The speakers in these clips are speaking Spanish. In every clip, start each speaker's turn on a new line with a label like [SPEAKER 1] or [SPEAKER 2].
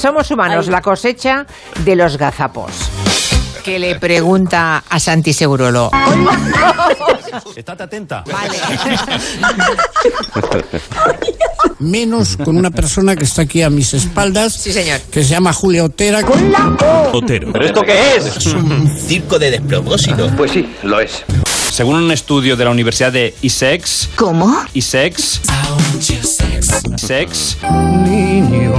[SPEAKER 1] Somos humanos, la cosecha de los gazapos. Que le pregunta a Santi Segurolo.
[SPEAKER 2] Estate atenta.
[SPEAKER 3] menos con una persona que está aquí a mis espaldas.
[SPEAKER 1] Sí, señor.
[SPEAKER 3] Que se llama Julia Otera.
[SPEAKER 2] Otero.
[SPEAKER 4] ¿Esto qué es?
[SPEAKER 5] circo de despropósito.
[SPEAKER 4] Pues sí, lo es.
[SPEAKER 2] Según un estudio de la Universidad de Essex. ¿Cómo? Essex. Sex. Niño.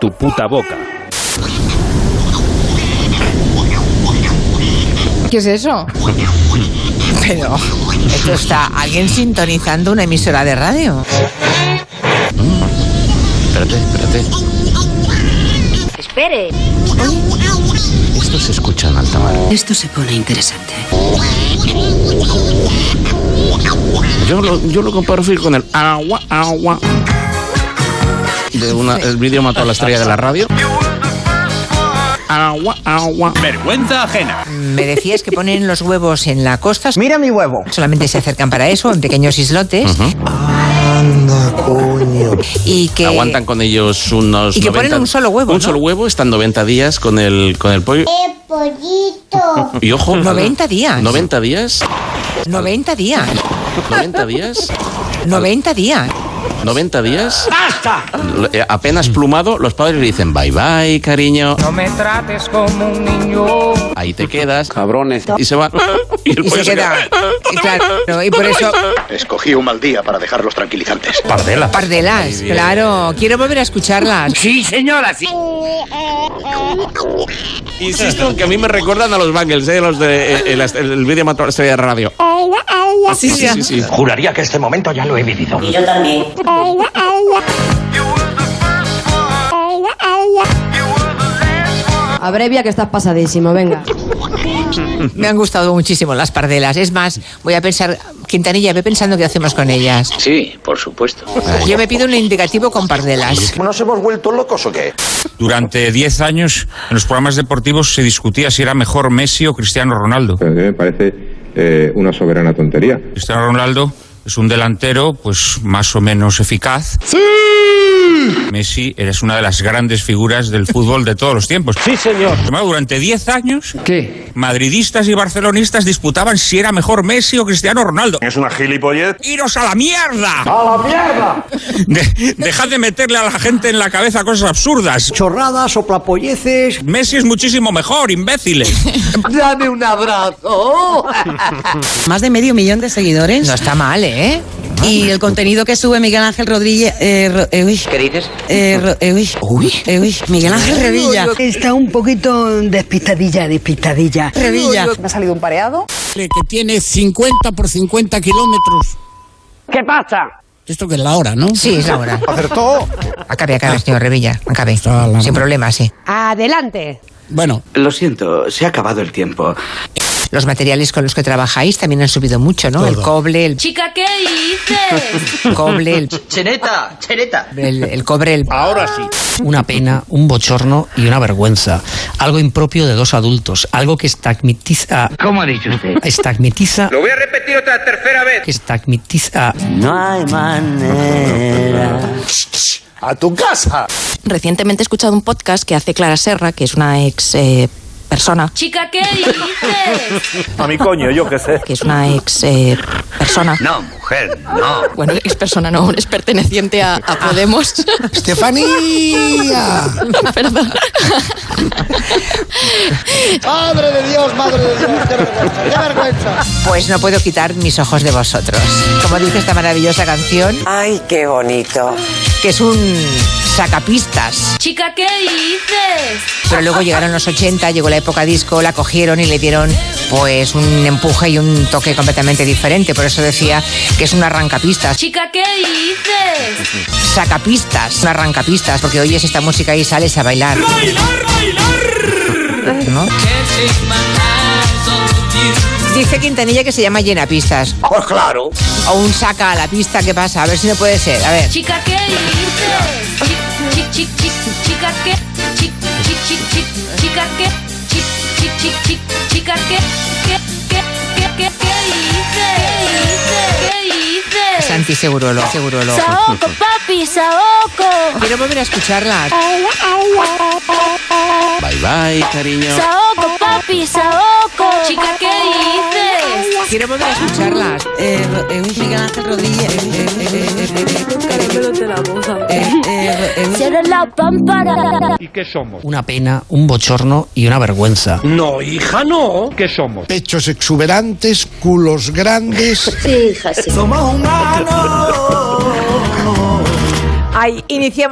[SPEAKER 2] Tu puta boca.
[SPEAKER 6] ¿Qué es eso?
[SPEAKER 1] Pero esto está alguien sintonizando una emisora de radio.
[SPEAKER 4] Espérate, espérate.
[SPEAKER 7] Espere.
[SPEAKER 4] Esto se escucha en alta mar.
[SPEAKER 7] Esto se pone interesante.
[SPEAKER 4] Yo lo, yo lo comparo Phil, con el agua, agua. De una, el vídeo mató a la estrella de la radio. Agua, agua.
[SPEAKER 2] Vergüenza ajena.
[SPEAKER 1] Me decías que ponen los huevos en la costa. Mira mi huevo. Solamente se acercan para eso, en pequeños islotes. Y que
[SPEAKER 4] Aguantan con ellos unos.
[SPEAKER 1] Y que ponen un solo huevo,
[SPEAKER 4] Un
[SPEAKER 1] ¿no?
[SPEAKER 4] solo huevo, están 90 días con el, con el pollo.
[SPEAKER 8] pollito.
[SPEAKER 4] Y ojo.
[SPEAKER 1] 90 días.
[SPEAKER 4] 90 días.
[SPEAKER 1] 90 días.
[SPEAKER 4] 90 días.
[SPEAKER 1] 90 días.
[SPEAKER 4] 90 días. Lo- eh, Apenas plumado, los padres le dicen bye bye, cariño. No me trates como un niño. Ahí te quedas. Cabrones. Y se va. el
[SPEAKER 1] Y
[SPEAKER 4] pollo
[SPEAKER 1] se queda. Y claro, y por eso,
[SPEAKER 5] Escogí un mal día para dejar los tranquilizantes.
[SPEAKER 2] Pardela.
[SPEAKER 1] pardelas, claro. Quiero volver a escucharlas.
[SPEAKER 4] Insisto en que a mí me recuerdan a los Bangles, ¿eh? los de eh, el, el, el vídeo mató a la estrella de radio. Sí, sí, sí. sí.
[SPEAKER 5] Juraría que este momento ya lo he vivido.
[SPEAKER 8] Y yo también.
[SPEAKER 6] Abrevia que estás pasadísimo, venga.
[SPEAKER 1] Me han gustado muchísimo las pardelas. Es más, voy a pensar, Quintanilla, ve pensando qué hacemos con ellas.
[SPEAKER 4] Sí, por supuesto.
[SPEAKER 1] Yo me pido un indicativo con pardelas.
[SPEAKER 5] ¿Nos hemos vuelto locos o qué?
[SPEAKER 9] Durante 10 años en los programas deportivos se discutía si era mejor Messi o Cristiano Ronaldo.
[SPEAKER 10] Pero a mí me parece eh, una soberana tontería.
[SPEAKER 9] Cristiano Ronaldo es un delantero pues más o menos eficaz. Messi eres una de las grandes figuras del fútbol de todos los tiempos. Sí, señor. Durante 10 años, madridistas y barcelonistas disputaban si era mejor Messi o Cristiano Ronaldo.
[SPEAKER 2] Es una gilipollez.
[SPEAKER 9] ¡Iros a la mierda! ¡A la mierda! dejad de meterle a la gente en la cabeza cosas absurdas.
[SPEAKER 11] chorradas, soplapolleces.
[SPEAKER 9] Messi es muchísimo mejor, imbéciles.
[SPEAKER 11] Dame un abrazo.
[SPEAKER 6] Más de medio millón de seguidores.
[SPEAKER 1] No está mal, ¿eh?
[SPEAKER 6] Y el contenido que sube Miguel Ángel Rodríguez. Eh, ro- eh, uy.
[SPEAKER 4] ¿Qué dices?
[SPEAKER 6] Eh, ro- eh, uy. Eh, uy. Miguel Ángel Revilla.
[SPEAKER 8] Está un poquito despistadilla, despistadilla.
[SPEAKER 6] Revilla.
[SPEAKER 3] Que tiene 50 por 50 kilómetros. ¿Qué pasa? Esto que es la hora, ¿no?
[SPEAKER 1] Sí, es la hora.
[SPEAKER 5] Acertó.
[SPEAKER 1] Acabe, acabe, señor Revilla. Acabe.
[SPEAKER 3] Está la-
[SPEAKER 1] Sin problema, sí.
[SPEAKER 6] Adelante.
[SPEAKER 3] Bueno,
[SPEAKER 4] Lo siento, se ha acabado el tiempo.
[SPEAKER 1] Los materiales con los que trabajáis también han subido mucho, ¿no? El cobre, el
[SPEAKER 7] Chica, ¿qué dices?
[SPEAKER 1] cobre, el,
[SPEAKER 4] Cheneta, cheneta.
[SPEAKER 1] el, el cobre, el...
[SPEAKER 2] Ahora sí.
[SPEAKER 11] Una pena, un bochorno y una vergüenza. Algo impropio de dos adultos. Algo que estagmatiza. ¿Cómo ha dicho usted? Estagmatiza. Lo voy a repetir otra tercera vez. Que estagmatiza.
[SPEAKER 5] A tu casa.
[SPEAKER 6] Recientemente he escuchado un podcast que hace Clara Serra, que es una ex persona.
[SPEAKER 7] Chica, ¿qué dices?
[SPEAKER 2] A mi coño, yo qué sé.
[SPEAKER 6] Que es una ex eh, persona.
[SPEAKER 4] No, mujer, no.
[SPEAKER 6] Bueno, ex persona no, es perteneciente a, Podemos.
[SPEAKER 3] Estefanía.
[SPEAKER 6] Perdón.
[SPEAKER 5] Madre de Dios, madre de Dios. Qué vergüenza, qué vergüenza.
[SPEAKER 1] Pues no puedo quitar mis ojos de vosotros. Como dice esta maravillosa canción,
[SPEAKER 8] Ay, qué bonito.
[SPEAKER 1] que es un sacapistas.
[SPEAKER 7] Chica, ¿qué dices?
[SPEAKER 1] Pero luego llegaron los 80, llegó la época disco, la cogieron y le dieron pues un empuje y un toque completamente diferente. Por eso decía que es un arrancapistas.
[SPEAKER 7] Chica, ¿qué dices?
[SPEAKER 1] sacapistas, un arrancapistas, porque oyes esta música y sales a bailar. ¡Bailar, bailar! Dice Quintanilla que se llama llenapistas.
[SPEAKER 5] Pues claro.
[SPEAKER 1] O un saca a la pista, ¿qué pasa? A ver si no puede ser. A ver.
[SPEAKER 7] Chica, ¿qué dices? Chi- chi- chi- chi- Chica, ¿qué? Chi- chi- chi- chi- Chica, ¿qué? Chi- chi- chi- chi- Chica, ¿qué? ¿Qué? ¿Qué? ¿Qué? ¿Qué? ¿Qué dices? ¿Qué dices? ¿Qué dices?
[SPEAKER 1] Santi seguro lo, seguro lo.
[SPEAKER 7] Saoco, papi, saoco.
[SPEAKER 1] Quiero volver a escucharla.
[SPEAKER 4] Bye bye, cariño.
[SPEAKER 7] Saoco, papi, saoco. Chica, ¿qué dices?
[SPEAKER 1] Quiero volver a escucharlas.
[SPEAKER 12] Eh, Ro- eh, Miguel Ángel Rodríguez. Eh, eh, eh, eh, eh, eh, eh, eh,
[SPEAKER 7] Cierra la pámpara.
[SPEAKER 11] ¿Y qué somos? Una pena, un bochorno y una vergüenza. No, hija, no. ¿Qué somos?
[SPEAKER 13] Pechos exuberantes, culos grandes.
[SPEAKER 7] Sí, hija, sí.
[SPEAKER 13] Somos humanos.
[SPEAKER 14] Ahí iniciamos.